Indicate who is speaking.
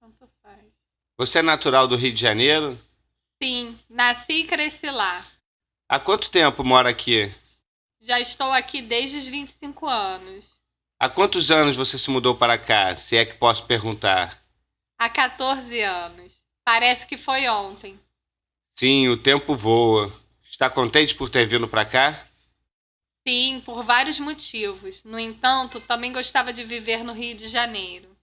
Speaker 1: Tanto faz.
Speaker 2: Você é natural do Rio de Janeiro?
Speaker 1: Sim, nasci e cresci lá.
Speaker 2: Há quanto tempo mora aqui?
Speaker 1: Já estou aqui desde os 25 anos.
Speaker 2: Há quantos anos você se mudou para cá, se é que posso perguntar?
Speaker 1: Há 14 anos. Parece que foi ontem.
Speaker 2: Sim, o tempo voa. Está contente por ter vindo para cá?
Speaker 1: Sim, por vários motivos. No entanto, também gostava de viver no Rio de Janeiro.